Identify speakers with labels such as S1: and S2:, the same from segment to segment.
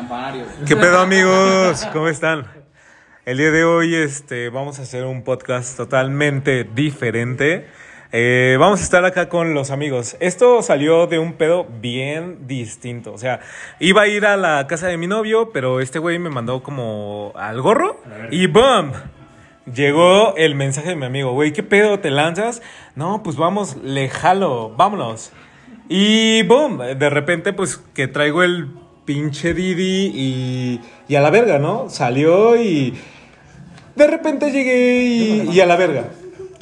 S1: campanario.
S2: ¿Qué pedo amigos? ¿Cómo están? El día de hoy este, vamos a hacer un podcast totalmente diferente. Eh, vamos a estar acá con los amigos. Esto salió de un pedo bien distinto. O sea, iba a ir a la casa de mi novio, pero este güey me mandó como al gorro y ¡bum! Llegó el mensaje de mi amigo, güey, ¿qué pedo te lanzas? No, pues vamos, le jalo, vámonos. Y boom, de repente pues que traigo el pinche Didi y, y a la verga, ¿no? Salió y de repente llegué y, y a la verga.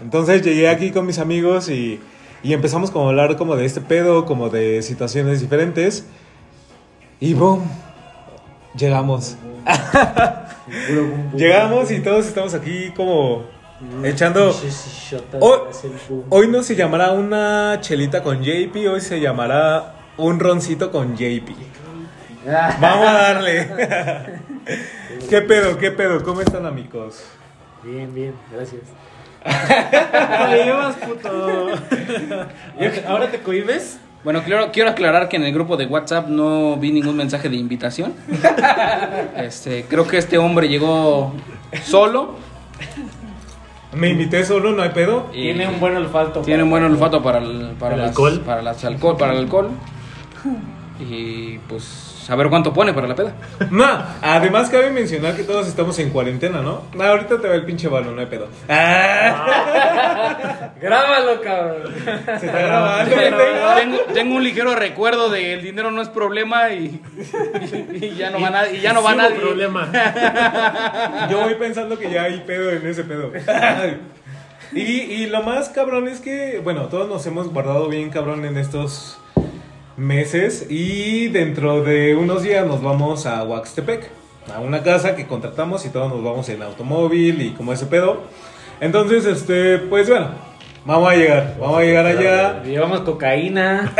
S2: Entonces llegué aquí con mis amigos y, y empezamos como a hablar como de este pedo, como de situaciones diferentes. Y boom, llegamos. Llegamos y todos estamos aquí como echando... Hoy, hoy no se llamará una chelita con JP, hoy se llamará un roncito con JP. Vamos a darle. ¿Qué pedo? ¿Qué pedo? ¿Cómo están amigos?
S3: Bien, bien, gracias.
S4: llevas, puto? ¿Ahora te cohibes?
S1: Bueno, quiero, quiero aclarar que en el grupo de WhatsApp no vi ningún mensaje de invitación. Este, creo que este hombre llegó solo.
S2: Me invité solo, no hay pedo.
S1: y
S4: Tiene un buen olfato.
S1: tiene un buen olfato para el, para
S3: ¿El
S1: las-
S3: alcohol?
S1: Para, las alcohol, para el alcohol. Y pues, a ver cuánto pone para la peda.
S2: No, además cabe mencionar que todos estamos en cuarentena, ¿no? Ah, ahorita te va el pinche balón, no hay pedo. Ah,
S4: Grábalo, cabrón.
S2: se está grabando, pendejo.
S1: tengo, tengo un ligero recuerdo de el dinero no es problema y, y- y ya no va nadie. Y ya no va
S3: Sí hubo
S1: nadie.
S3: problema.
S2: Yo voy pensando que ya hay pedo en ese pedo. Y, y lo más cabrón es que, bueno, todos nos hemos guardado bien cabrón en estos meses y dentro de unos días nos vamos a Huaxtepec, a una casa que contratamos y todos nos vamos en automóvil y como ese pedo. Entonces, este, pues bueno, vamos a llegar, vamos a llegar allá.
S4: Llevamos cocaína.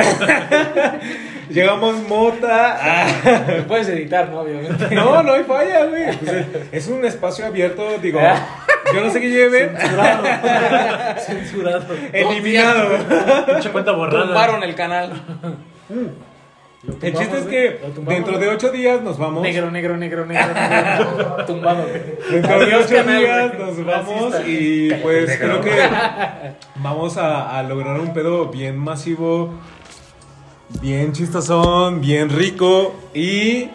S2: Llegamos mota. Ah.
S4: Me puedes editar, ¿no? Obviamente.
S2: No, no hay falla, güey. Pues, eh, es un espacio abierto, digo. Yo no sé qué lleven.
S4: Censurado.
S2: Eliminado.
S3: Pinche cuenta borrada.
S1: Tumbaron el canal.
S3: Lo tumbamos,
S2: El chiste es
S3: güey.
S2: que
S3: Lo tumbamos,
S2: dentro de
S3: güey.
S2: ocho días nos vamos.
S4: ¿eh? Negro, negro, negro, negro. negro. Tumbado.
S2: Dentro de
S4: Adiós,
S2: ocho
S4: canal,
S2: días
S4: güey.
S2: nos
S4: Racista.
S2: vamos y pues creo que vamos a, a lograr un pedo bien masivo, bien chistosón, bien rico y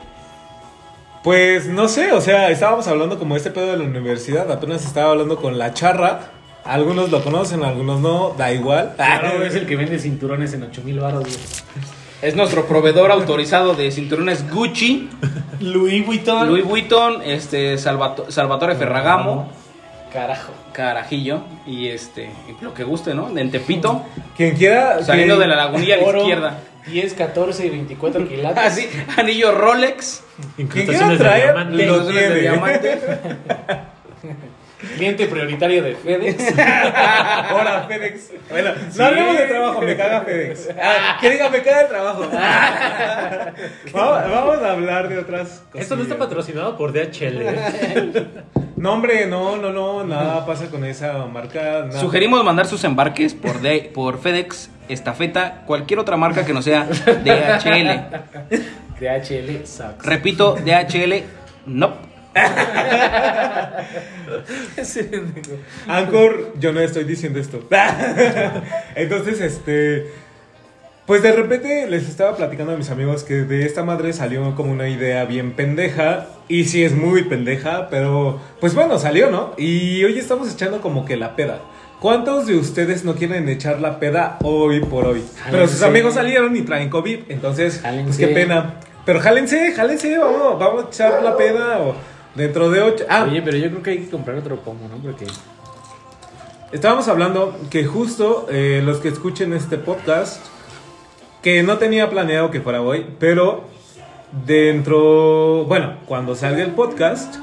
S2: pues no sé, o sea, estábamos hablando como este pedo de la universidad, apenas estaba hablando con la charra, algunos lo conocen, algunos no, da igual.
S4: Claro, es el que vende cinturones en 8000 baros, güey.
S1: Es nuestro proveedor autorizado de cinturones Gucci,
S4: Louis Vuitton.
S1: Louis Vuitton, este, Salvato- Salvatore Ferragamo,
S4: Carajo.
S1: Carajillo y este, y lo que guste, ¿no? En Tepito,
S2: Quien quiera
S1: saliendo
S2: que-
S1: de la lagunilla a la
S4: Oro,
S1: izquierda.
S4: 10, 14 y 24 quilates.
S1: Así, anillo Rolex,
S2: quien
S3: Incrustaciones
S2: quiera
S3: de
S2: traer
S3: diamante.
S2: lo
S1: Incrustaciones de
S2: tiene.
S1: diamante.
S4: Cliente prioritario de FedEx.
S2: Ahora, FedEx. Bueno, no hablemos de trabajo, me caga FedEx. Ah, que diga, me caga el trabajo. vamos, vamos a hablar de otras cosas.
S3: Esto no está patrocinado por DHL. ¿eh?
S2: No, hombre, no, no, no, nada pasa con esa marca. nada.
S1: Sugerimos mandar sus embarques por, de- por FedEx, Estafeta, cualquier otra marca que no sea DHL.
S4: DHL sucks.
S1: Repito, DHL, no.
S2: Anchor, yo no estoy diciendo esto. Entonces, este. Pues de repente les estaba platicando a mis amigos que de esta madre salió como una idea bien pendeja. Y sí es muy pendeja, pero pues bueno, salió, ¿no? Y hoy estamos echando como que la peda. ¿Cuántos de ustedes no quieren echar la peda hoy por hoy? Pero sus
S4: Jálense.
S2: amigos salieron y traen COVID, entonces, pues
S4: Jálense.
S2: qué pena. Pero jálense, jálense, vamos, vamos a echar la peda o dentro de ocho. Ah,
S4: Oye, pero yo creo que hay que comprar otro pomo, ¿no? Porque
S2: Estábamos hablando que justo eh, los que escuchen este podcast, que no tenía planeado que fuera hoy, pero dentro, bueno, cuando salga el podcast,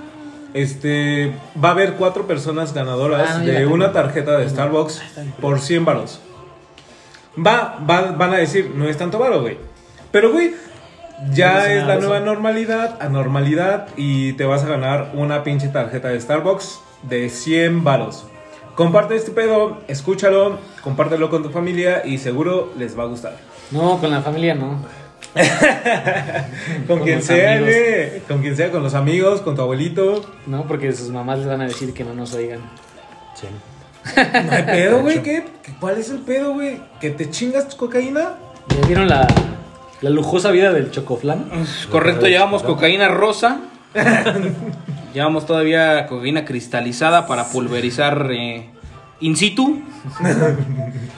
S2: este, va a haber cuatro personas ganadoras
S4: Ah, no, ya la
S2: de
S4: tengo.
S2: una tarjeta de Starbucks por 100 varos. Va, va- van a decir, no es tanto varo, güey. Pero, güey,
S4: No
S2: ya
S4: pasa
S2: es
S4: nada
S2: la
S4: de
S2: nueva
S4: eso.
S2: normalidad, anormalidad, y te vas a ganar una pinche tarjeta de Starbucks de 100 varos. Comparte este pedo, escúchalo, compártelo con tu familia y seguro les va a gustar.
S4: No, con la familia no.
S2: Con,
S4: Con
S2: quien
S4: los
S2: sea,
S4: amigos.
S2: güey. Con quien sea, con los amigos, con tu abuelito.
S4: No, porque sus mamás les van a decir que no nos oigan.
S3: Sí.
S2: No hay pedo, güey. ¿Qué? ¿Cuál es el pedo, güey? ¿Que te chingas cocaína?
S4: ¿Ya vieron la, la lujosa vida del chocoflán?
S2: Ah,
S1: Es Correcto, llevamos cocaína rosa. llevamos todavía cocaína cristalizada para pulverizar eh, in situ.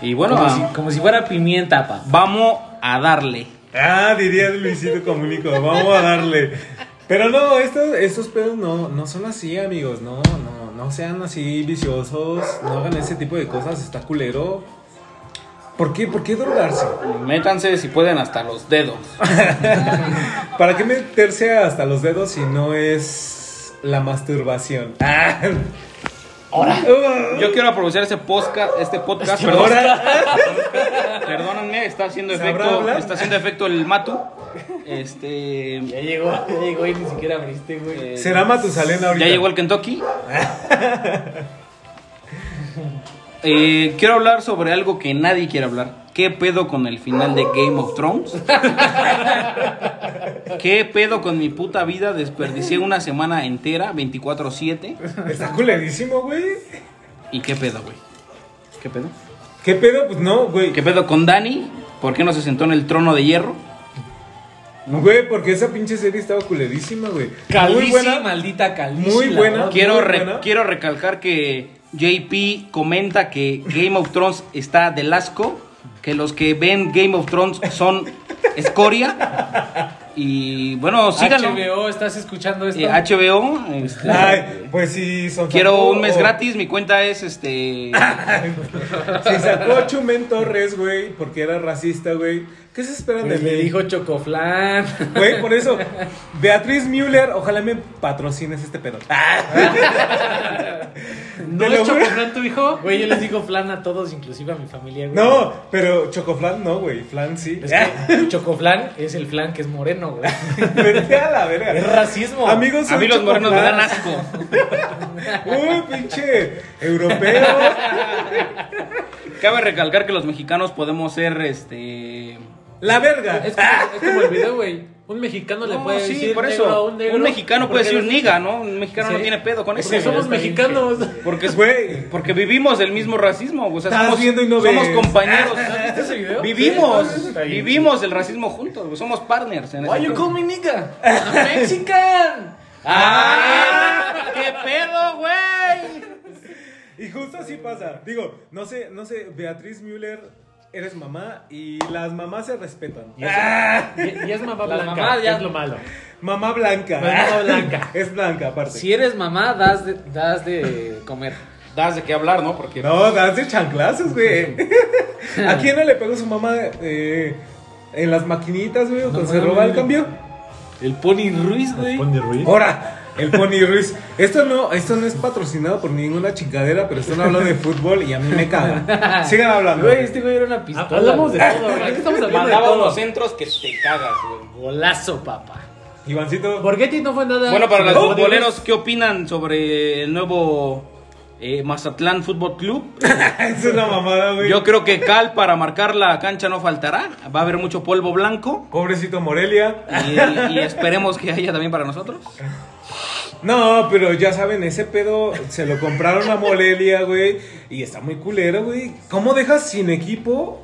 S1: Y bueno,
S4: como,
S1: a-
S4: si, ah, como si fuera pimienta, pa.
S1: vamos a darle.
S2: Ah, diría Luisito Comunico, vamos a darle. Pero no, estos, estos pedos no, no son así, amigos. No, no, no sean así viciosos. No hagan ese tipo de cosas, está culero. ¿Por qué? ¿Por qué drogarse?
S1: Métanse si pueden hasta los dedos.
S2: ¿Para qué meterse hasta los dedos si no es la masturbación? Ah. Uh.
S1: Yo quiero aprovechar este podcast, este podcast, perdón. Perdónenme, está haciendo
S2: ¿Sabrá
S1: efecto,
S2: hablar?
S1: está haciendo efecto el matu. Este
S4: Ya llegó, ya llegó y ni siquiera abriste, güey.
S2: Será Matusalén ahorita.
S1: Ya llegó el Kentucky. Eh, quiero hablar sobre algo que nadie quiere hablar. ¿Qué pedo con el final de Game of Thrones? ¿Qué pedo con mi puta vida? Desperdicié una semana entera, 24-7.
S2: Está culerísimo, güey.
S1: ¿Y qué pedo, güey? ¿Qué pedo?
S2: ¿Qué pedo? Pues no, güey.
S1: ¿Qué pedo con Dani? ¿Por qué no se sentó en el trono de hierro?
S2: Güey, porque esa pinche serie estaba culerísima, güey. Muy buena.
S4: maldita calicia.
S2: Muy
S4: la
S2: buena.
S4: verdad.
S1: Quiero,
S2: Muy
S1: re-
S2: buena.
S1: quiero recalcar que JP comenta que Game of Thrones está de lasco, que los que ven Game of Thrones son escoria. Y bueno, síganlo. Eh,
S4: HBO, ¿estás escuchando esto?
S1: HBO. este,
S2: Ay, pues sí, son
S1: quiero
S2: sacó-
S1: un mes gratis, mi cuenta es este.
S2: Si sacó a Chumel Torres, güey, porque era racista, güey. ¿Qué se esperan de
S4: Pues
S2: mí?
S4: le dijo chocoflán.
S2: Güey, por eso, Beatriz Müller, ojalá me patrocines este pedo. Ah.
S4: ¿No
S2: Te lo
S4: es
S2: juro.
S4: chocoflán tu hijo? Güey, yo les digo flan a todos, inclusive a mi familia, güey.
S2: No, pero Chocoflan no, güey. Flan sí.
S4: Es que chocoflán es el flan que es moreno, güey.
S2: Vete a la verga.
S4: Es racismo.
S2: Amigos,
S1: A
S2: soy
S1: mí los morenos me dan
S2: Chocoflan.
S1: asco.
S2: Uy, pinche europeo.
S1: Cabe recalcar que los mexicanos podemos ser este.
S2: La verga.
S4: Es como, es como el video, güey. Un mexicano le
S1: No,
S4: puede
S1: sí,
S4: decir
S1: por
S4: negro a
S1: eso.
S4: un negro.
S1: Un mexicano puede
S4: porque
S1: decir
S4: no-
S1: niga, ¿no? Un mexicano no
S4: Sí.
S1: tiene pedo con
S4: Porque
S1: eso.
S4: somos mexicanos.
S1: Porque es
S2: Güey.
S1: Porque vivimos el mismo racismo, o sea,
S2: Estás
S1: somos,
S2: viendo y no
S1: somos
S2: ves.
S1: compañeros.
S4: ¿No ¿Has visto ese video?
S1: Vivimos,
S4: Sí, Ah, está bien.
S1: vivimos el racismo juntos, güey, somos partners. En
S4: Why
S1: ese
S4: you
S1: pedo.
S4: call me nigga? I'm Mexican.
S1: ¡Ah! ¡Qué pedo, güey!
S2: Y justo así pasa. Digo, no sé, no sé, Beatriz Müller, eres mamá y las mamás se respetan.
S3: Y, eso- y- y es mamá
S4: La
S3: blanca.
S4: mamá ya-
S3: Es lo malo.
S2: Mamá blanca.
S4: Mamá blanca.
S2: Es blanca, aparte.
S4: Si eres mamá, das de, das de comer.
S1: Das de qué hablar, ¿no? Porque
S2: No, das de chanclazos, güey. ¿A quién no le pegó su mamá eh, en las maquinitas, güey? o
S4: No
S2: cuando se
S4: mames.
S2: roba el cambio?
S4: El Pony Ruiz, güey.
S3: Pon de Ruiz.
S2: Ahora, el Pony Ruiz. Esto no, esto no es patrocinado por ninguna chingadera, pero están hablando de fútbol y a mí me cagan. Sigan hablando.
S4: Güey, este güey era una pistola.
S3: Ah, hablamos de
S4: güey.
S3: todo, güey.
S4: Aquí estamos hablando de
S1: mandaba
S4: todo.
S1: unos centros que te cagas, güey.
S4: Golazo, papá.
S2: Ivancito.
S4: Borghetti no fue nada.
S1: Bueno, para
S4: sin
S1: los
S4: albur,
S1: futboleros, ¿qué opinan sobre el nuevo eh, Mazatlán Fútbol Club?
S2: Es una mamada, güey.
S1: Yo creo que Cal para marcar la cancha no faltará, va a haber mucho polvo blanco.
S2: Pobrecito Morelia.
S1: Y, y esperemos que haya también para nosotros.
S2: No, pero ya saben, ese pedo se lo compraron a Morelia, güey. Y está muy culero, güey. ¿Cómo dejas sin equipo?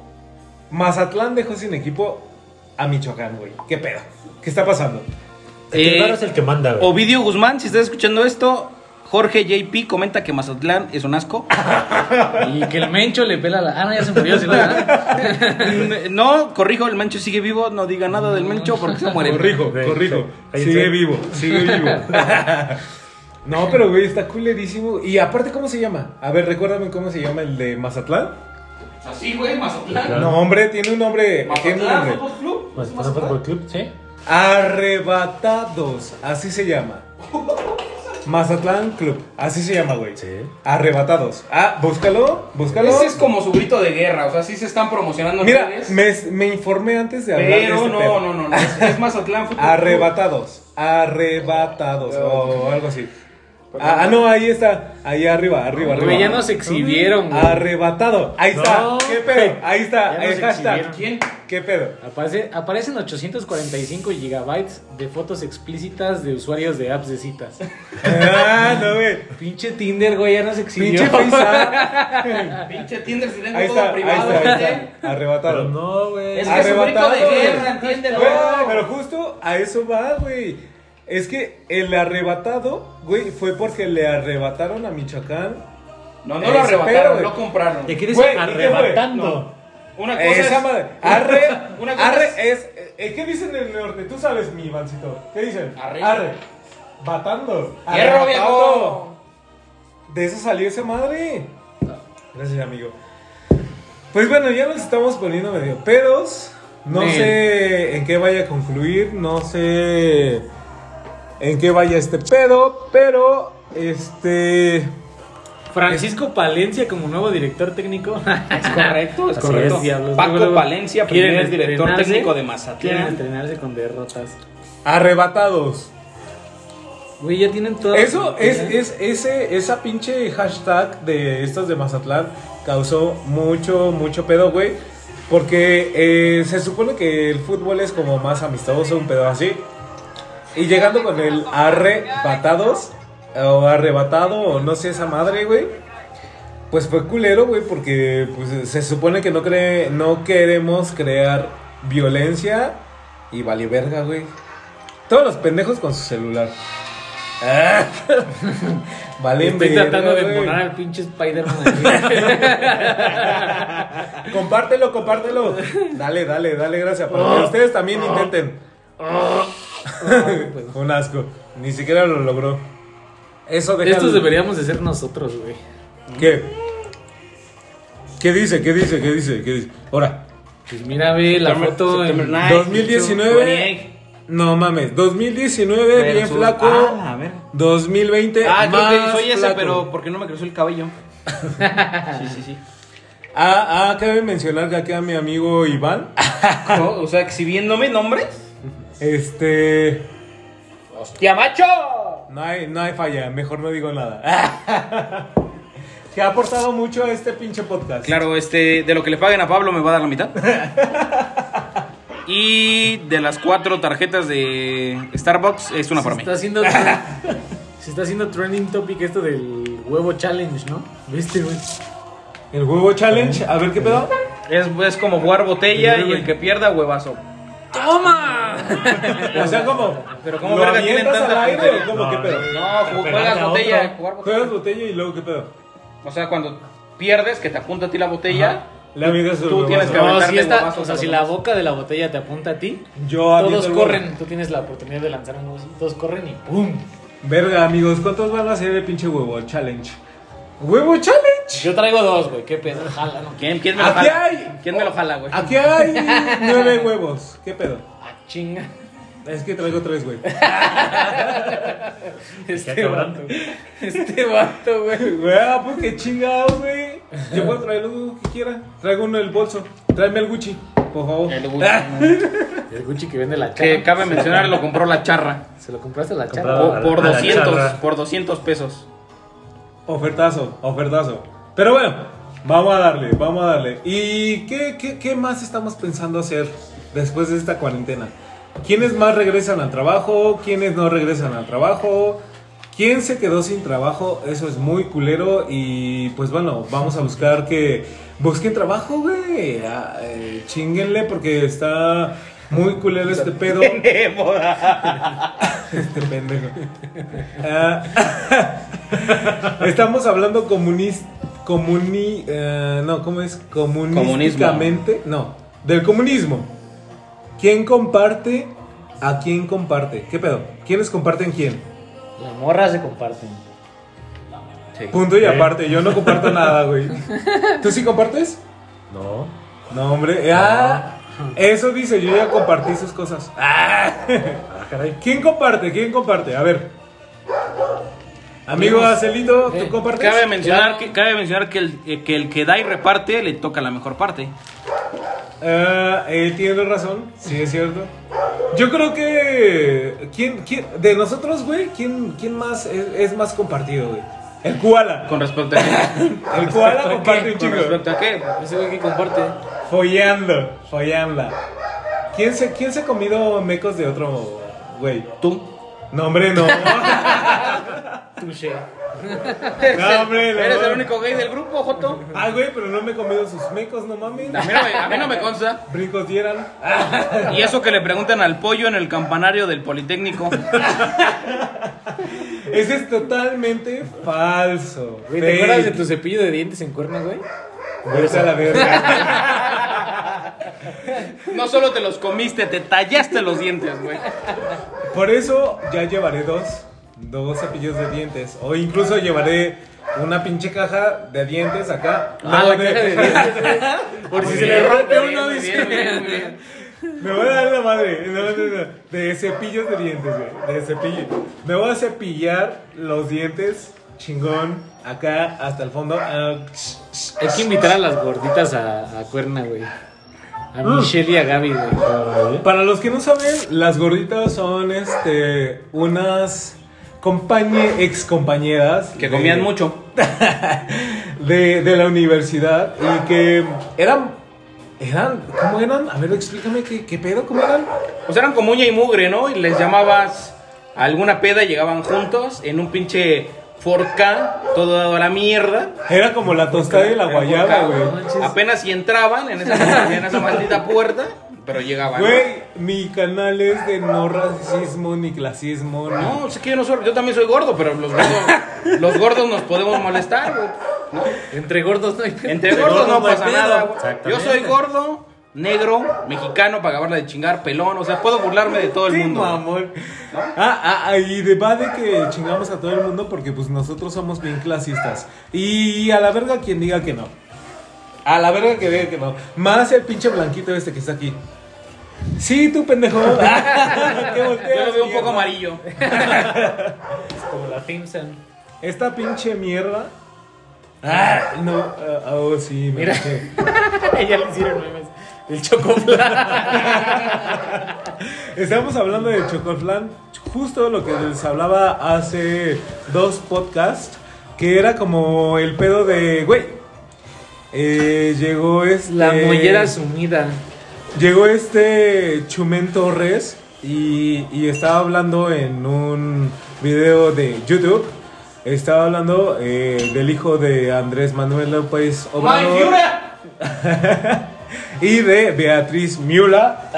S2: Mazatlán dejó sin equipo a Michoacán, güey. ¿Qué pedo? ¿Qué está pasando?
S3: El que
S1: Eh,
S3: raro es el que manda, güey.
S1: Ovidio Guzmán, si estás escuchando esto, Jorge JP comenta que Mazatlán es un asco.
S4: Y que el Mencho le pela la. Ah, no, ya se murió, sí, ¿verdad?
S1: Mm, no, corrijo, el Mencho sigue vivo, no diga nada del Mencho porque se muere.
S2: Corrijo,
S3: Güey,
S2: corrijo.
S3: sí.
S2: Sigue vivo, sigue vivo. No, pero güey, está culerísimo. Y aparte, ¿cómo se llama? A ver, recuérdame cómo se llama el de Mazatlán.
S1: Así, güey, Mazatlán.
S2: No, hombre, tiene un nombre. Tiene un nombre.
S1: Club.
S3: Mazatlán Pues, Fútbol Club, sí.
S2: Arrebatados, así se llama. Mazatlán Club, así se llama, güey.
S3: Sí.
S2: Arrebatados. Ah, búscalo, búscalo.
S1: Ese es como su grito de guerra, o sea, sí se están promocionando en
S2: Mira,
S1: redes,
S2: me, me informé antes de hablar. de
S1: pero
S2: este
S1: no,
S2: pedo.
S1: no, no, no, es, es Mazatlán Fútbol Club.
S2: Arrebatados, arrebatados, o algo así. Ah, ah, no, ahí está, ahí arriba, arriba, arriba.
S4: Güey, ya nos exhibieron, güey.
S3: Ah,
S2: Arrebatado, ahí está,
S3: No,
S2: qué pedo, ahí está,
S4: ya
S2: el
S4: nos
S2: hashtag.
S4: exhibieron.
S1: ¿Quién?
S2: ¿Qué pedo?
S4: Aparece- aparecen 845 gigabytes de fotos explícitas de usuarios de apps de citas.
S2: Ah, no, güey.
S4: Pinche Tinder, güey, ya nos exhibió.
S2: Pinche FaceApp.
S1: Pinche Tinder si
S2: Ahí
S1: tengo
S2: está,
S1: todo
S2: ahí
S1: privado,
S2: está, ahí
S1: ¿viste?
S2: está. Arrebatado.
S3: Pero no, güey.
S1: Es que es un grito de
S2: Arrebatado, güey.
S1: guerra, entiéndelo.
S2: Güey, pero justo a eso va, güey. Es que el arrebatado, güey, fue porque le arrebataron a Michoacán.
S1: No, no lo
S2: Ese pedo,
S1: arrebataron,
S2: güey.
S1: lo compraron.
S3: Te quieres
S2: Güey, ¿y qué fue?
S3: arrebatando.
S1: Una cosa
S2: Eh, Esa
S1: es-
S2: madre. Arre,
S1: Una cosa
S2: arre
S1: es-
S2: es... eh, ¿Qué dicen en el norte? Tú sabes, mi mancito. ¿Qué dicen?
S1: Arre.
S2: Batando.
S1: ¡Hierro,
S2: Arrebatado.
S1: viejo!
S2: De eso salió esa madre. Gracias, amigo. Pues bueno, ya nos estamos poniendo medio pedos. No
S4: Men.
S2: sé en qué vaya a concluir, no sé en qué vaya este pedo, pero este.
S4: Francisco Palencia como nuevo director técnico.
S1: Es correcto, es
S4: Así
S1: correcto.
S4: es, diablos.
S1: Paco
S4: Luego, luego,
S1: Palencia,
S4: quieren
S1: primer director
S4: estrenarse,
S1: técnico de
S4: Quieren
S1: Mazatlán.
S4: entrenarse con derrotas.
S2: Arrebatados.
S4: Güey, ya tienen todo.
S2: Eso es,
S4: Ya.
S2: es ese, esa pinche hashtag de estas de Mazatlán causó mucho, mucho pedo, güey. Porque eh, se supone que el fútbol es como más amistoso, un pedo así. Y llegando con el arrebatados, o arrebatado, o no sé esa madre, güey. Pues fue culero, güey, porque pues, se supone que no, cree, no queremos crear violencia y vale verga, güey. Todos los pendejos con su celular. Ah, vale
S4: Estoy
S2: verga,
S4: tratando de
S2: güey.
S4: embonar al pinche Spider-Man.
S2: Compártelo, compártelo. Dale, dale, dale, gracias. Para
S1: Oh.
S2: que ustedes también intenten.
S4: Pues,
S2: Un asco. Ni siquiera lo logró. Eso deja
S4: Estos
S2: el-
S4: deberíamos de ser nosotros, güey.
S2: ¿Qué? ¿Qué dice? ¿Qué dice? ¿Qué dice? ¿Qué dice? Ahora.
S4: Pues mira, ve la
S1: September-
S4: foto
S1: September
S4: en...
S1: Night,
S2: 2019. No mames. 2019, eh, bien
S1: Versus-
S2: flaco.
S1: Ah, a ver.
S2: 2020.
S1: Ah, creo que
S2: más
S1: soy ese,
S2: flaco.
S1: pero porque no me creció el cabello. Sí, sí, sí.
S2: Ah, ah, cabe mencionar que aquí a mi amigo Iván.
S1: ¿Cómo? Ah, O sea, exhibiéndome nombres.
S2: Este.
S1: ¡Hostia, macho!
S2: No hay, no hay falla, mejor no digo nada. que ha aportado mucho a este pinche podcast.
S1: Claro, este, de lo que le paguen a Pablo me va a dar la mitad. Y de las cuatro tarjetas de Starbucks, es una para
S4: se
S1: mí.
S4: está haciendo tre- se está haciendo trending topic esto del huevo challenge, ¿no? ¿Viste, güey?
S2: El huevo challenge, a ver qué pedo.
S1: Es, es como jugar botella y el que pierda, huevazo.
S2: O sea, como.
S1: Pero ¿cómo
S2: ¿lo
S1: verga tienen
S2: avientas
S1: tanta
S2: al aire o
S1: puntería?
S2: cómo
S3: No,
S2: qué pedo?
S3: no,
S1: No,
S3: Te
S1: ju-
S3: pegaste
S1: juegas
S3: a
S1: botella,
S3: otro.
S1: jugar botella.
S2: Juegas botella y luego qué pedo.
S1: O sea, cuando pierdes, que te apunta a ti la botella.
S2: Le avientas el
S1: Tú tienes
S2: huevazo.
S1: que aventarle
S4: No, si esta-
S1: huevazos
S4: o sea,
S1: a
S4: si
S1: los
S4: la
S1: demás.
S4: boca de la botella te apunta a ti,
S2: Yo aviento
S4: todos
S2: el
S4: corren, tú tienes la oportunidad de lanzar un huevo, así, todos corren y ¡pum!
S2: huevo. Verga, amigos, ¿cuántos van a hacer el pinche huevo challenge? ¡Huevo challenge!
S4: Yo traigo dos, güey, qué pedo, jala, no,
S1: ¿Quién, quién me lo
S2: Aquí
S1: jala?
S2: hay.
S1: ¿Quién me lo jala, güey?
S2: Aquí hay nueve huevos. ¿Qué pedo?
S4: ah, chinga.
S2: Es que traigo tres, güey.
S4: Este
S3: cabrón.
S4: vato, güey. este vato, güey.
S2: Güey, pues qué chingado, güey. Yo puedo traer lo que quiera. Traigo uno del bolso. Tráeme el Gucci, por favor. Ah.
S1: El Gucci.
S4: El Gucci que vende la
S1: Que
S4: charra,
S1: cabe mencionar, lo compró la charra.
S4: se lo compraste a la charra.
S3: Comprado.
S1: O- por
S3: A la
S1: 200,
S3: charra.
S1: por 200 pesos.
S2: Ofertazo, ofertazo. Pero bueno, vamos a darle, vamos a darle. ¿Y qué, qué, qué más estamos pensando hacer después de esta cuarentena? ¿Quiénes más regresan al trabajo? ¿Quiénes no regresan al trabajo? ¿Quién se quedó sin trabajo? Eso es muy culero y pues bueno, vamos a buscar que busquen trabajo, güey. Ah, eh, chinguenle porque está muy culero este pedo. Este pendejo. Ah, estamos hablando comunista. Comuni, eh, no, ¿cómo es? Comunísticamente. No, del comunismo. ¿Quién comparte a quién comparte? ¿Qué pedo? ¿Quiénes comparten quién?
S4: Las morras se comparten.
S2: Punto y
S1: ¿Eh?
S3: Ok.
S2: aparte, yo no comparto nada, güey. ¿Tú sí compartes?
S3: No.
S2: No, hombre. Ah, eso dice, yo ya compartí sus cosas.
S3: Ah, caray.
S2: ¿Quién comparte? ¿Quién comparte? A ver. Amigo Acelito, ¿tú
S4: Eh,
S2: compartes?
S1: Cabe mencionar,
S4: Claro.
S1: que, cabe mencionar que, el, eh, que el que da y reparte le toca la mejor parte.
S2: Ah, eh, tiene razón, sí es cierto. Yo creo que. ¿Quién, quién, de nosotros, güey, ¿quién, quién más es, es más compartido, güey? El koala.
S1: ¿Con respecto a qué?
S2: El koala comparte un
S1: ¿Con
S2: chico.
S1: respecto a qué?
S4: Ese güey que comparte.
S2: Follando, follando. ¿Quién se, ¿Quién se ha comido mecos de otro güey?
S1: Tú.
S2: No, hombre, no. No,
S4: Touché.
S2: hombre, no.
S1: Eres el único gay del grupo, Joto.
S2: Ah, güey, pero no me he comido sus mecos, no mames.
S1: A mí no me, a mí no me consta.
S2: Brincos dieran.
S1: Y eso que le preguntan al pollo en el campanario del Politécnico.
S2: Ese es totalmente falso.
S4: Güey, ¿Te acuerdas de
S2: Fake.
S4: tu cepillo de dientes en cuernos, güey?
S2: Vete a la verga.
S1: No solo te los comiste, te tallaste los dientes, güey.
S2: Por eso ya llevaré dos, dos cepillos de dientes. O incluso llevaré una pinche caja de dientes acá.
S4: Ah,
S2: No,
S4: la
S2: de-
S4: caja de dientes, güey.
S1: Por
S2: si se le rompe uno,
S1: dice.
S2: Me voy a dar la madre. No, no, no. De cepillos de dientes, güey. De cepillo. Me voy a cepillar los dientes. Chingón. Acá hasta el fondo. Ah,
S4: Hay que invitar a las gorditas a, a Cuerna, güey. A Michelle y a Gaby, Mm. Ah, güey.
S3: Caray.
S2: Para los que no saben, las gorditas son este unas compañe, ex compañeras
S1: Que comían mucho.
S2: de, de la universidad y que eran eran ¿cómo eran? A ver, explícame qué, qué pedo, ¿cómo eran?
S1: Pues eran como uña y mugre, ¿no? Y les llamabas a alguna peda y llegaban juntos en un pinche forca, todo dado a la mierda.
S2: Era como la tostada y la guayaba,
S1: Forca,
S2: güey.
S1: Apenas si entraban en esa, en esa maldita puerta, pero llegaban. ¿no?
S2: Güey, mi canal es de no racismo ni clasismo,
S1: No,
S2: no.
S1: es que yo no soy, yo también soy gordo, pero los gordos, los gordos nos podemos molestar, güey.
S4: Entre gordos no hay pedo.
S1: Entre
S5: Entre gordos
S1: gordos no
S5: no hay
S1: pasa
S5: pedo.
S1: nada, güey. Yo
S5: Exactamente.
S1: soy gordo, negro, mexicano, para acabarla de chingar, pelón, o sea, puedo burlarme de todo el
S2: Qué
S1: mundo. güey.
S2: mamón. Ah, ah, ah, y de va de que chingamos a todo el mundo porque pues nosotros somos bien clasistas. Y a la verga quien diga que no. A la verga que diga que no. Más el pinche blanquito este que está aquí. Sí, tú pendejo. ¿Qué volteas,
S1: Yo lo veo un
S2: mierda?
S1: poco amarillo.
S4: Como la Simpson.
S2: Esta pinche mierda. Ah, no. ah, oh, sí, me
S4: Mira.
S2: caché.
S4: ya le hicieron memes. El chocoflan.
S2: Estamos hablando de Chocoflan, justo lo que les hablaba hace dos podcasts, que era como el pedo de, güey, eh, llegó este...
S4: La
S3: Eh,
S4: mollera sumida.
S2: Llegó este Chumen Torres y, y estaba hablando en un video de YouTube, estaba hablando eh, del hijo de Andrés Manuel López Obrador. Y de Beatriz Miula.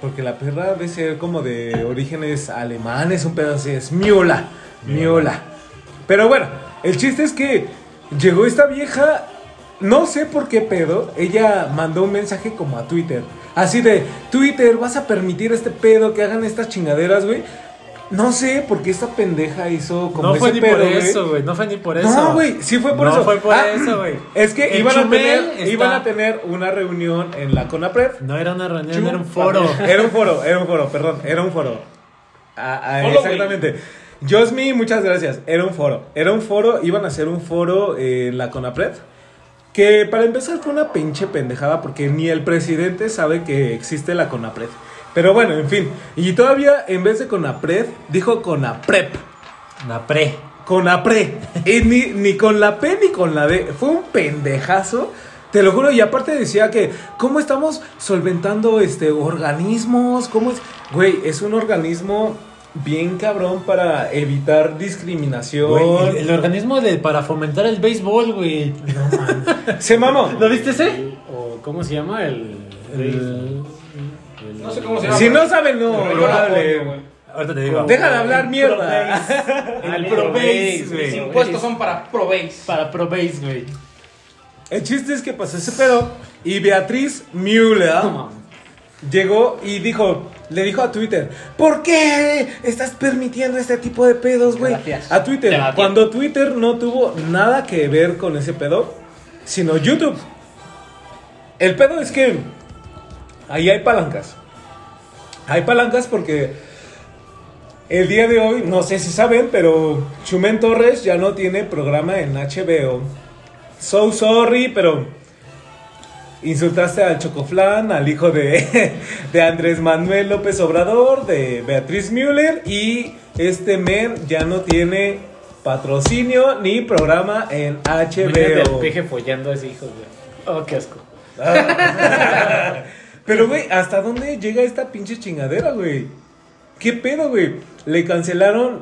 S2: Porque la perra debe ser como de orígenes alemanes, un pedo así. Es Miula. Miula. Pero bueno, el chiste es que llegó esta vieja. No sé por qué pedo. Ella mandó un mensaje como a Twitter. Así de, Twitter, ¿vas a permitir este pedo que hagan estas chingaderas, güey? No sé por qué esta pendeja hizo como
S3: No
S2: ese
S3: fue ni
S2: pedo,
S3: por
S2: güey.
S3: eso, güey. No fue ni por eso.
S2: No, güey, sí fue por eso.
S3: No fue por
S2: Ah,
S3: eso, güey.
S2: Es que
S3: El
S2: iban a,
S3: Chumel
S2: tener,
S3: está-
S2: iban a tener una reunión en la CONAPRED.
S3: No era una reunión, era un foro.
S2: Era un foro, era un foro, perdón, era un foro. Ah, ah,
S1: Foro,
S2: exactamente. Josmi, muchas gracias. Era un foro. Era un foro, iban a hacer un foro eh, en la CONAPRED. Que para empezar fue una pinche pendejada porque ni el presidente sabe que existe la CONAPRED. Pero bueno, en fin. Y todavía en vez de CONAPRED, dijo CONAPREP.
S3: Una pre.
S2: Con la pre. Y ni, ni con la P ni con la D. Fue un pendejazo. Te lo juro. Y aparte decía que, ¿cómo estamos solventando este organismos? ¿Cómo es? Güey, es un organismo bien cabrón para evitar discriminación.
S3: Güey, el, el organismo de, para fomentar el béisbol, güey.
S2: Se mamó.
S3: ¿Lo viste ese?
S4: O ¿cómo se llama? El.
S3: El-
S1: No sé cómo se
S2: Si no saben, no.
S1: Pero yo la
S2: vale.
S1: apoyo, güey.
S3: Ahorita te digo.
S2: Deja de hablar mierda.
S3: El ProBase,
S1: Mis
S3: güey.
S1: impuestos son para Probéis.
S3: Para ProBase, güey.
S2: El chiste es que pasó ese pedo. Y Beatriz Müller. Llegó y dijo, le dijo a Twitter, ¿por qué estás permitiendo este tipo de pedos, güey?
S1: Gracias.
S2: A Twitter.
S3: Gracias.
S2: Cuando Twitter no tuvo nada que ver con ese pedo, sino YouTube. El pedo es que ahí hay palancas. Hay palancas porque el día de hoy, no sé si saben, pero Chumen Torres ya no tiene programa en HBO. So sorry, pero insultaste al Chocoflan, al hijo de, de Andrés Manuel López Obrador, de Beatriz Müller, y este men ya no tiene patrocinio ni programa en
S4: Imagínate al
S2: HBO.
S4: peje follando a ese hijo, güey. Oh, qué asco.
S2: Pero, güey, ¿hasta dónde llega esta pinche chingadera, güey? ¿Qué pedo, güey? Le cancelaron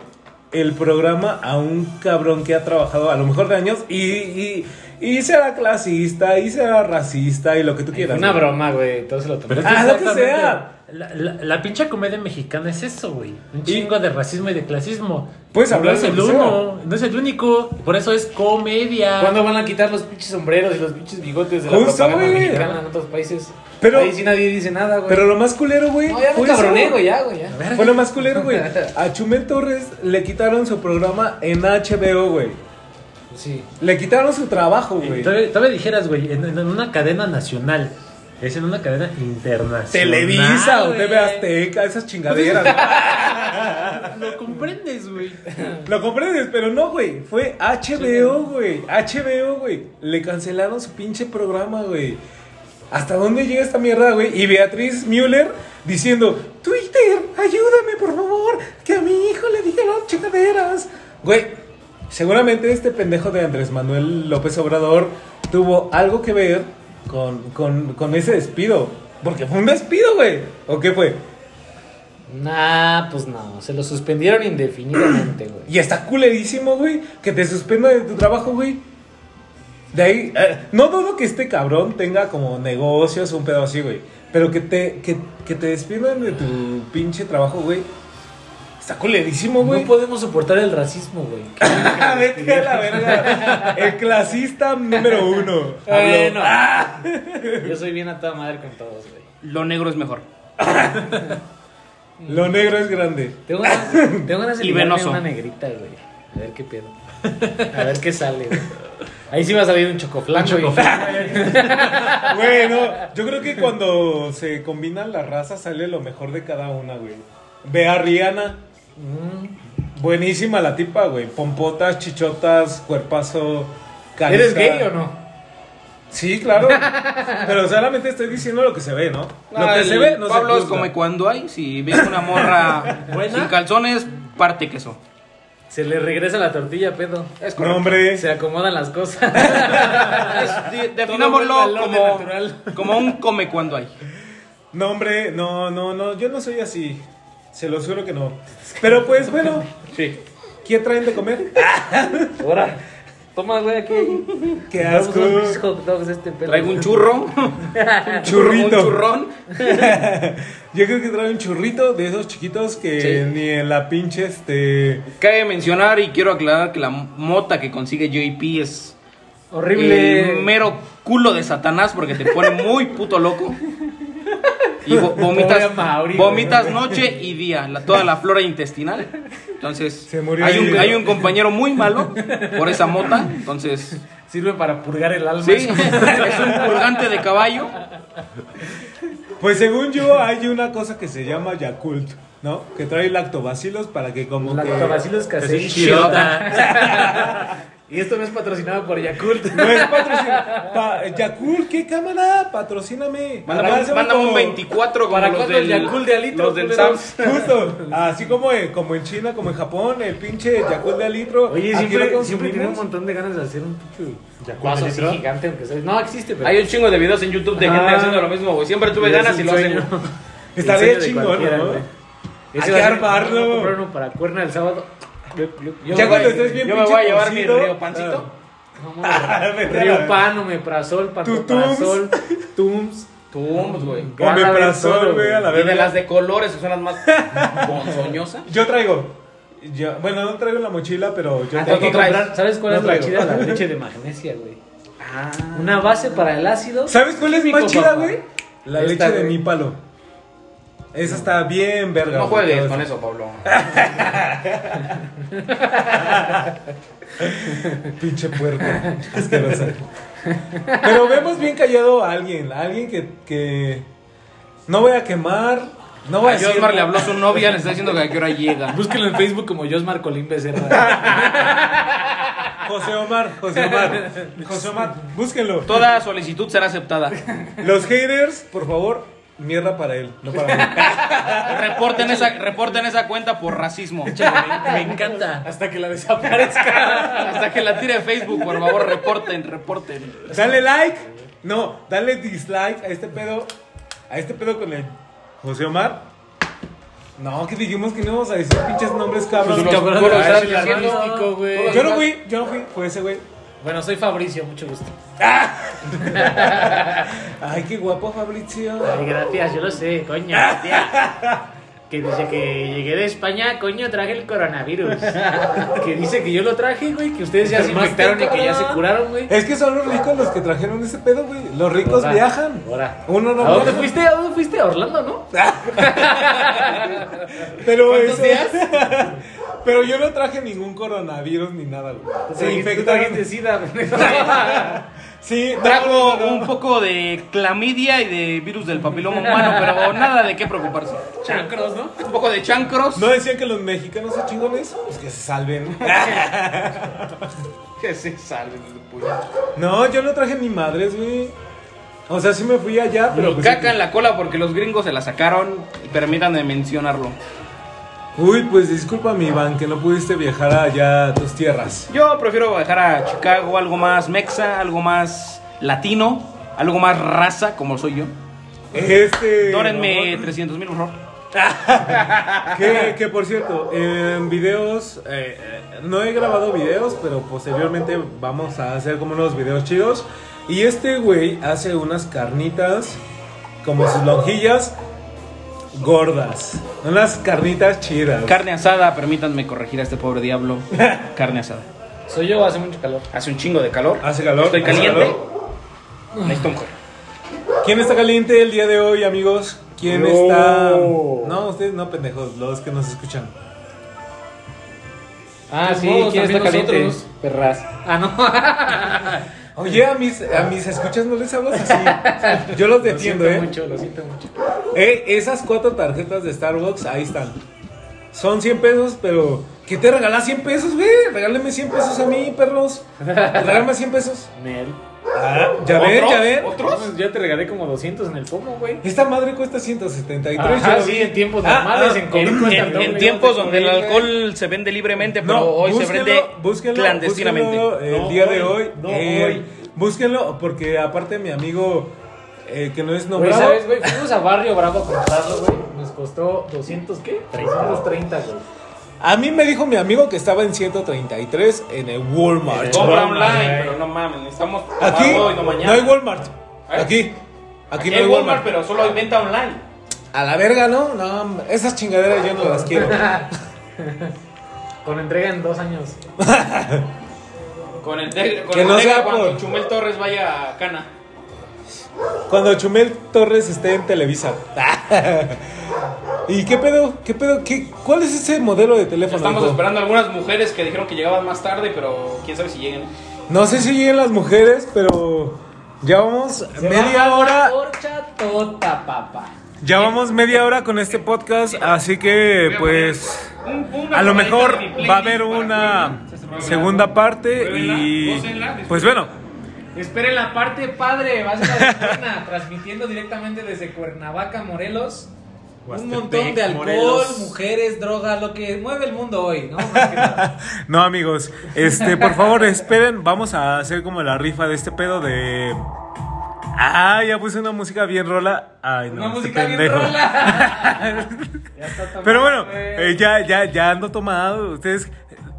S2: el programa a un cabrón que ha trabajado a lo mejor de años y, y, y será clasista, y será racista, y lo que tú
S4: Fue
S2: quieras.
S4: Una
S2: güey.
S4: broma, güey. Todo se lo tomó.
S3: Pero es
S2: Ah, lo que
S3: exactamente-
S2: sea.
S3: La, la, la pinche comedia mexicana es eso, güey. Un
S2: Y-
S3: chingo de racismo y de clasismo.
S2: Puedes hablar
S3: no es
S2: de lo
S3: el
S2: que sea.
S3: uno, no es el único. Por eso es comedia.
S4: Ah, ¿Cuándo van a quitar los pinches sombreros y los pinches bigotes de la
S2: Justo,
S4: propaganda
S2: güey.
S4: mexicana en otros países?
S2: Pero-
S4: Ahí sí nadie dice nada, güey.
S2: Pero lo más culero, güey.
S4: No, ya me
S2: fue eso.
S4: cabroné, güey, ya, güey, ya.
S2: Fue lo más culero, güey. A Chumel Torres le quitaron su programa en HBO, güey.
S4: Pues Sí.
S2: Le quitaron su trabajo, güey.
S3: Todavía, todavía dijeras, güey, en, en una cadena nacional. Es en una cadena internacional.
S2: Televisa o
S3: güey. Pues
S2: TV Azteca, esas chingaderas. güey.
S3: Lo comprendes, güey.
S2: Lo comprendes, pero no, güey. Fue HBO, güey. HBO, güey. Le cancelaron su pinche programa, güey. ¿Hasta dónde llega esta mierda, güey? Y Beatriz Müller diciendo, Twitter, ayúdame, por favor, que a mi hijo le dijeron chingaderas. Güey, seguramente este pendejo de Andrés Manuel López Obrador tuvo algo que ver con, con, con ese despido. Porque fue un despido, güey. ¿O qué fue?
S4: Nah, pues no. Se lo suspendieron indefinidamente, güey.
S2: Y está culerísimo, güey, que te suspenda de tu trabajo, güey. De ahí, eh, no dudo que este cabrón tenga como negocios un pedo así, güey. Pero que te, que, que te despidan de tu pinche trabajo, güey. Está culerísimo, güey.
S4: No podemos soportar el racismo, güey.
S2: Vete a la verga. El clasista número uno.
S4: Bueno. Yo soy bien a toda madre con todos, güey.
S1: Lo negro es mejor.
S2: Lo negro es grande.
S4: Tengo ganas, tengo ganas de
S1: Y
S4: ligarme
S1: venoso.
S4: una negrita, güey. A ver qué pedo. A ver qué sale, güey. Ahí sí va a salir un chocoflan, güey.
S2: Bueno, yo creo que cuando se combinan las razas sale lo mejor de cada una, güey. Ve a Rihanna. Mm, Buenísima la tipa, güey. Pompotas, chichotas, cuerpazo, calista.
S4: ¿Eres gay o no?
S2: Sí, claro. Pero solamente estoy diciendo lo que se ve, ¿no? lo que
S1: Ay,
S2: se ve no se
S1: Pablo es
S2: juzga.
S1: como cuando hay. Si ves una morra
S3: ¿Buena?
S1: sin calzones, parte queso.
S4: Se le regresa la tortilla, pedo.
S1: Es
S2: No,
S1: correcto.
S2: hombre.
S4: Se acomodan las cosas.
S1: Es- de-
S4: Todo
S1: definámoslo
S4: vuelve al orden natural.
S1: como, como un come cuando hay.
S2: No, hombre, no, no, no. Yo no soy así. Se lo juro que no. Pero pues, bueno.
S1: Sí.
S2: ¿Qué traen de comer?
S4: Ahora. Toma, güey, aquí.
S2: ¡Qué
S4: Vamos
S2: asco!
S4: unos mis hot dogs de este pedo.
S1: Traigo un churro.
S2: Churrito.
S1: Ah, Un churrón.
S2: Yo creo que trae un churrito de esos chiquitos que
S1: Sí.
S2: ni en la pinche este.
S1: Cabe mencionar y quiero aclarar que la mota que consigue JP es
S4: Horrible.
S1: el mero culo de Satanás porque te pone muy puto loco. Y vo- vomitas,
S4: Pobre Mauri, güey.
S1: vomitas noche y día, la- toda la flora intestinal. Entonces,
S2: Se murió
S1: hay,
S2: ahí,
S1: un,
S2: güey.
S1: hay un compañero muy malo por esa mota. Entonces,
S4: Sirve para purgar el alma.
S1: sí, es un purgante de caballo.
S2: Pues según yo, hay una cosa que se llama Yakult, ¿no? Que trae lactobacilos para que como que-
S4: Lactobacilos
S3: Sí,
S4: caseros.
S3: chidota.
S4: Y esto no es patrocinado por Yakult.
S2: No es patrocinado. Yakult, ¿qué cámara? Patrocíname.
S1: Mándame,
S2: Además,
S1: mándame
S2: como-
S1: un 24 como
S4: ¿Para
S1: los
S4: cuándo el
S1: del-
S4: Yakult de Alito,
S1: Los del
S4: culeros?
S1: Sam's.
S2: Justo, así como en, como en China, como en Japón, el pinche Yakult de alitro.
S4: Oye,
S2: aquí lo
S4: siempre, siempre tenía un
S2: consumimos.
S4: montón de ganas de hacer un pinche vaso así gigante, aunque sea. No existe, pero.
S1: Hay un chingo de videos en YouTube de gente
S4: Ah.
S1: haciendo lo mismo, güey. Siempre tuve
S4: Es
S1: ganas
S4: un
S1: y lo
S4: sueño.
S1: hacen. güey.
S2: Estaría
S4: El sueño de
S2: chingón,
S4: cualquiera,
S2: ¿no?
S4: güey.
S2: Hay
S4: Ese
S2: que
S4: va a ser-
S2: armarlo.
S4: vamos a comprar uno para cuerna el sábado. Yo
S2: ya
S4: me
S2: cuando
S4: voy-
S2: estés bien
S1: yo me
S2: pinche
S1: voy a llevar mi
S2: cocido,
S1: río pancito.
S4: Vámonos.
S2: vete a la-
S4: Río Pano, Meprazol, Pantoprazol, Tums.
S1: Tums, güey.
S2: Omeprazol,
S4: Ganabel solo,
S2: güey, a la
S1: Y de
S2: verga.
S1: las de colores, que son las más ponzoñosas.
S2: Yo traigo. Yo- bueno, no traigo en la mochila, pero yo
S4: Ah, tengo
S1: ¿tú
S2: traigo.
S4: que
S1: qué traes?
S4: comprar- ¿Sabes cuál
S2: No
S4: es la
S2: traigo.
S4: chida? La leche de magnesia, güey. Ah. Una base para el ácido.
S2: ¿Sabes cuál es
S4: Típico,
S2: más chida,
S4: papá.
S2: güey? La
S4: Esta,
S2: leche de
S4: güey.
S2: mi palo. Esa está bien verga.
S1: No
S2: güey.
S1: juegues con eso, Pablo.
S2: Pinche puerco. Asqueroso. Pero vemos bien callado a alguien. A alguien que, que no voy a quemar. No voy a
S1: A
S2: decir.
S1: Josmar le habló su novia, le está diciendo que a qué hora llega.
S4: Búsquenlo en Facebook como Josmar Colín Becerra.
S2: José Omar, José Omar. José Omar, búsquenlo.
S1: Toda solicitud será aceptada.
S2: Los haters, por favor, mierda para él, no para mí.
S1: Reporten esa, reporten esa cuenta por racismo.
S3: Me encanta.
S4: Hasta que la desaparezca.
S1: Hasta que la tire Facebook, por favor, reporten, reporten.
S2: Dale like, No, dale dislike a este pedo. A este pedo con el José Omar. No, que dijimos que no íbamos a decir pinches nombres cabros.
S4: Pues los-
S2: Yo
S4: cabrón,
S3: Bueno,
S4: lo
S3: ahora
S4: estás
S3: sí la
S4: diciendo,
S3: lanzo.
S4: Kiko, güey.
S2: no fui, yo no fui, fue ese güey.
S4: Bueno, soy Fabricio, mucho gusto.
S2: Ay, qué guapo Fabricio.
S3: Ay, gracias, yo lo sé, coño. tía. Que desde que llegué de España, coño, traje el coronavirus.
S4: Que dice que yo lo traje, güey, que ustedes ya se
S3: Enfermaste,
S4: infectaron y que ya se
S3: cabrón.
S4: curaron, güey.
S2: Es que son los ricos los que trajeron ese pedo, güey. Los ricos
S4: Ahora,
S2: viajan.
S4: ahora.
S2: Uno no
S4: ¿A dónde
S2: viaja. Ah,
S4: fuiste? ¿A dónde fuiste? A Orlando, ¿no?
S2: Pero
S4: ¿Cuántos
S2: eso- Pero yo no traje ningún coronavirus ni nada, güey. Se
S4: Trajiste-
S2: infectaron.
S4: trajiste sida.
S2: Sí, no,
S1: Trajo
S2: no, no.
S1: un poco de clamidia y de virus del papiloma humano, pero nada de qué preocuparse.
S4: Chancros, ¿no?
S1: Un poco de chancros.
S2: ¿No decían que los mexicanos son chingones? Pues que se salven.
S4: Que se salen de puño.
S2: No, yo no traje ni madres, güey. O sea, sí me fui allá, pero.
S1: Pero
S2: pues,
S1: caca en la cola porque los gringos se la sacaron y permítanme mencionarlo.
S2: Uy, pues disculpa, mi Iván, que no pudiste viajar allá a tus tierras.
S1: Yo prefiero viajar a Chicago, algo más mexa, algo más latino, algo más raza como soy yo.
S4: Eh,
S2: Este.
S1: Dórenme
S2: mamón,
S1: 300 mil, por favor.
S2: Que, que, por cierto, en videos. eh, eh, no he grabado videos, pero posteriormente vamos a hacer como unos videos chidos. Y este güey hace unas carnitas, como sus lonjillas, gordas. Unas carnitas chidas.
S1: Carne asada, permítanme corregir a este pobre diablo. Carne asada. Ah.
S4: Soy yo, hace mucho calor.
S1: Hace un chingo de calor.
S2: Hace calor,
S1: Estoy
S2: hace
S1: caliente.
S2: calor.
S1: Necesito un mujer.
S2: ¿Quién está caliente el día de hoy, amigos? ¿Quién
S4: No.
S2: está.? No, ustedes no, pendejos, los que nos escuchan.
S4: Ah,
S3: Pues
S4: sí,
S3: todos,
S4: ¿quién
S3: también
S4: está caliente?
S3: nosotros.
S4: Perras. Ah, no.
S2: Oye, a mis, a mis escuchas no les hablas así. Yo los
S4: Lo siento
S2: defiendo, ¿eh?
S4: mucho, lo siento mucho.
S2: Eh, Esas cuatro tarjetas de Starbucks, ahí están. Son 100 pesos, pero. ¿Qué te regalás 100 pesos, güey? Regálame 100 pesos a mí, perros. Regálame 100 pesos.
S4: Nel.
S2: Ah, ya ven, ya ven.
S4: Pues Ya te regalé como 200 en el pomo, güey.
S2: Esta madre cuesta 173.
S4: Ajá,
S2: yo lo
S4: sí,
S2: vi.
S4: en tiempos
S2: Ah,
S4: normales,
S2: ah,
S4: en
S1: En,
S4: Columbus,
S1: en-
S4: también,
S1: en
S4: güey,
S1: tiempos
S4: no te
S1: donde el
S4: conviene.
S1: alcohol se vende libremente, pero hoy se
S2: búsquenlo,
S1: vende
S2: búsquenlo,
S1: clandestinamente.
S2: búsquenlo eh, el
S4: No
S2: día de
S4: hoy,
S2: hoy.
S4: no
S2: eh,
S4: hoy.
S2: Búsquenlo, porque aparte mi amigo eh, que no es
S4: Güey,
S2: nombrado.
S4: ¿sabes, güey? Fuimos a Barrio Bravo a comprarlo, güey. Nos costó 200, ¿qué? 330, güey.
S2: a mí me dijo mi amigo que estaba en 133 en el Walmart.
S4: Eh,
S1: Compra
S4: No,
S1: online,
S4: güey.
S1: pero no mames, necesitamos
S2: Aquí
S1: Ah, hoy, no mañana.
S2: no hay Walmart.
S1: ¿Eh?
S2: Aquí. Aquí
S1: Aquí
S2: no hay
S1: hay Walmart,
S2: Walmart.
S1: pero solo hay venta online.
S2: A la verga, ¿no? No, esas chingaderas yo no las quiero.
S4: Con entrega en dos años.
S1: Con el de- con
S2: Que
S1: el
S2: no
S1: de-
S2: sea
S1: cuando
S2: por-
S1: Chumel Torres vaya a Cana.
S2: Cuando Chumel Torres esté en Televisa. ¿Y qué pedo? ¿Qué pedo? ¿Qué, ¿Cuál es ese modelo de teléfono?
S1: Estamos
S2: hijo?
S1: esperando algunas mujeres que dijeron que llegaban más tarde, pero quién sabe si lleguen.
S2: No sé si lleguen las mujeres, pero ya vamos media hora.
S4: Horchatota, papá.
S2: Ya vamos media hora con este podcast, así que pues
S1: Un- una
S2: a lo
S1: rolita
S2: mejor
S1: de mi playlist
S2: va a haber
S1: para
S2: una
S1: que oigan.
S2: segunda parte y
S1: Gócenla,
S2: pues bueno,
S4: Esperen la parte padre, va a ser la buena, transmitiendo directamente desde Cuernavaca, Morelos. Un
S2: Huastepec,
S4: montón de alcohol,
S2: Morelos.
S4: mujeres, droga, lo que mueve el mundo hoy, ¿no? Más que nada.
S2: no amigos, este por favor esperen, vamos a hacer como la rifa de este pedo de Ah, ya puse una música bien rola. Ay, no,
S4: Una
S2: este
S4: música bien
S2: pendejo.
S4: rola. Ya está tomando,
S2: Pero bueno,
S4: güey.
S2: eh, ya, ya, ya ando tomado. Ustedes.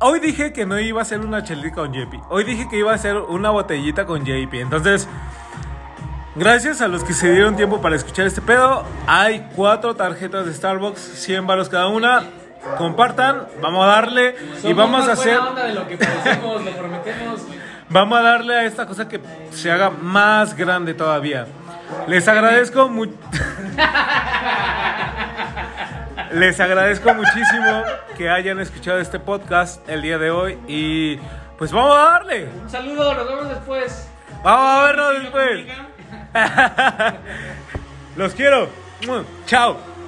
S2: Hoy dije que no iba a ser una chelita con JP. Hoy dije que iba a ser una botellita con JP. Entonces, gracias a los que se dieron tiempo para escuchar este pedo. Hay cuatro tarjetas de Starbucks, 100 baros cada una. Compartan, vamos a darle y
S4: Somos
S2: vamos
S4: más
S2: a hacer.
S4: buena onda de lo que parecemos, lo prometemos.
S2: Vamos a darle a esta cosa que se haga más grande todavía. Les agradezco mucho. Les agradezco muchísimo que hayan escuchado este podcast el día de hoy y pues vamos a darle.
S4: Un saludo, nos vemos después.
S2: Vamos a vernos después. Los quiero. Chao.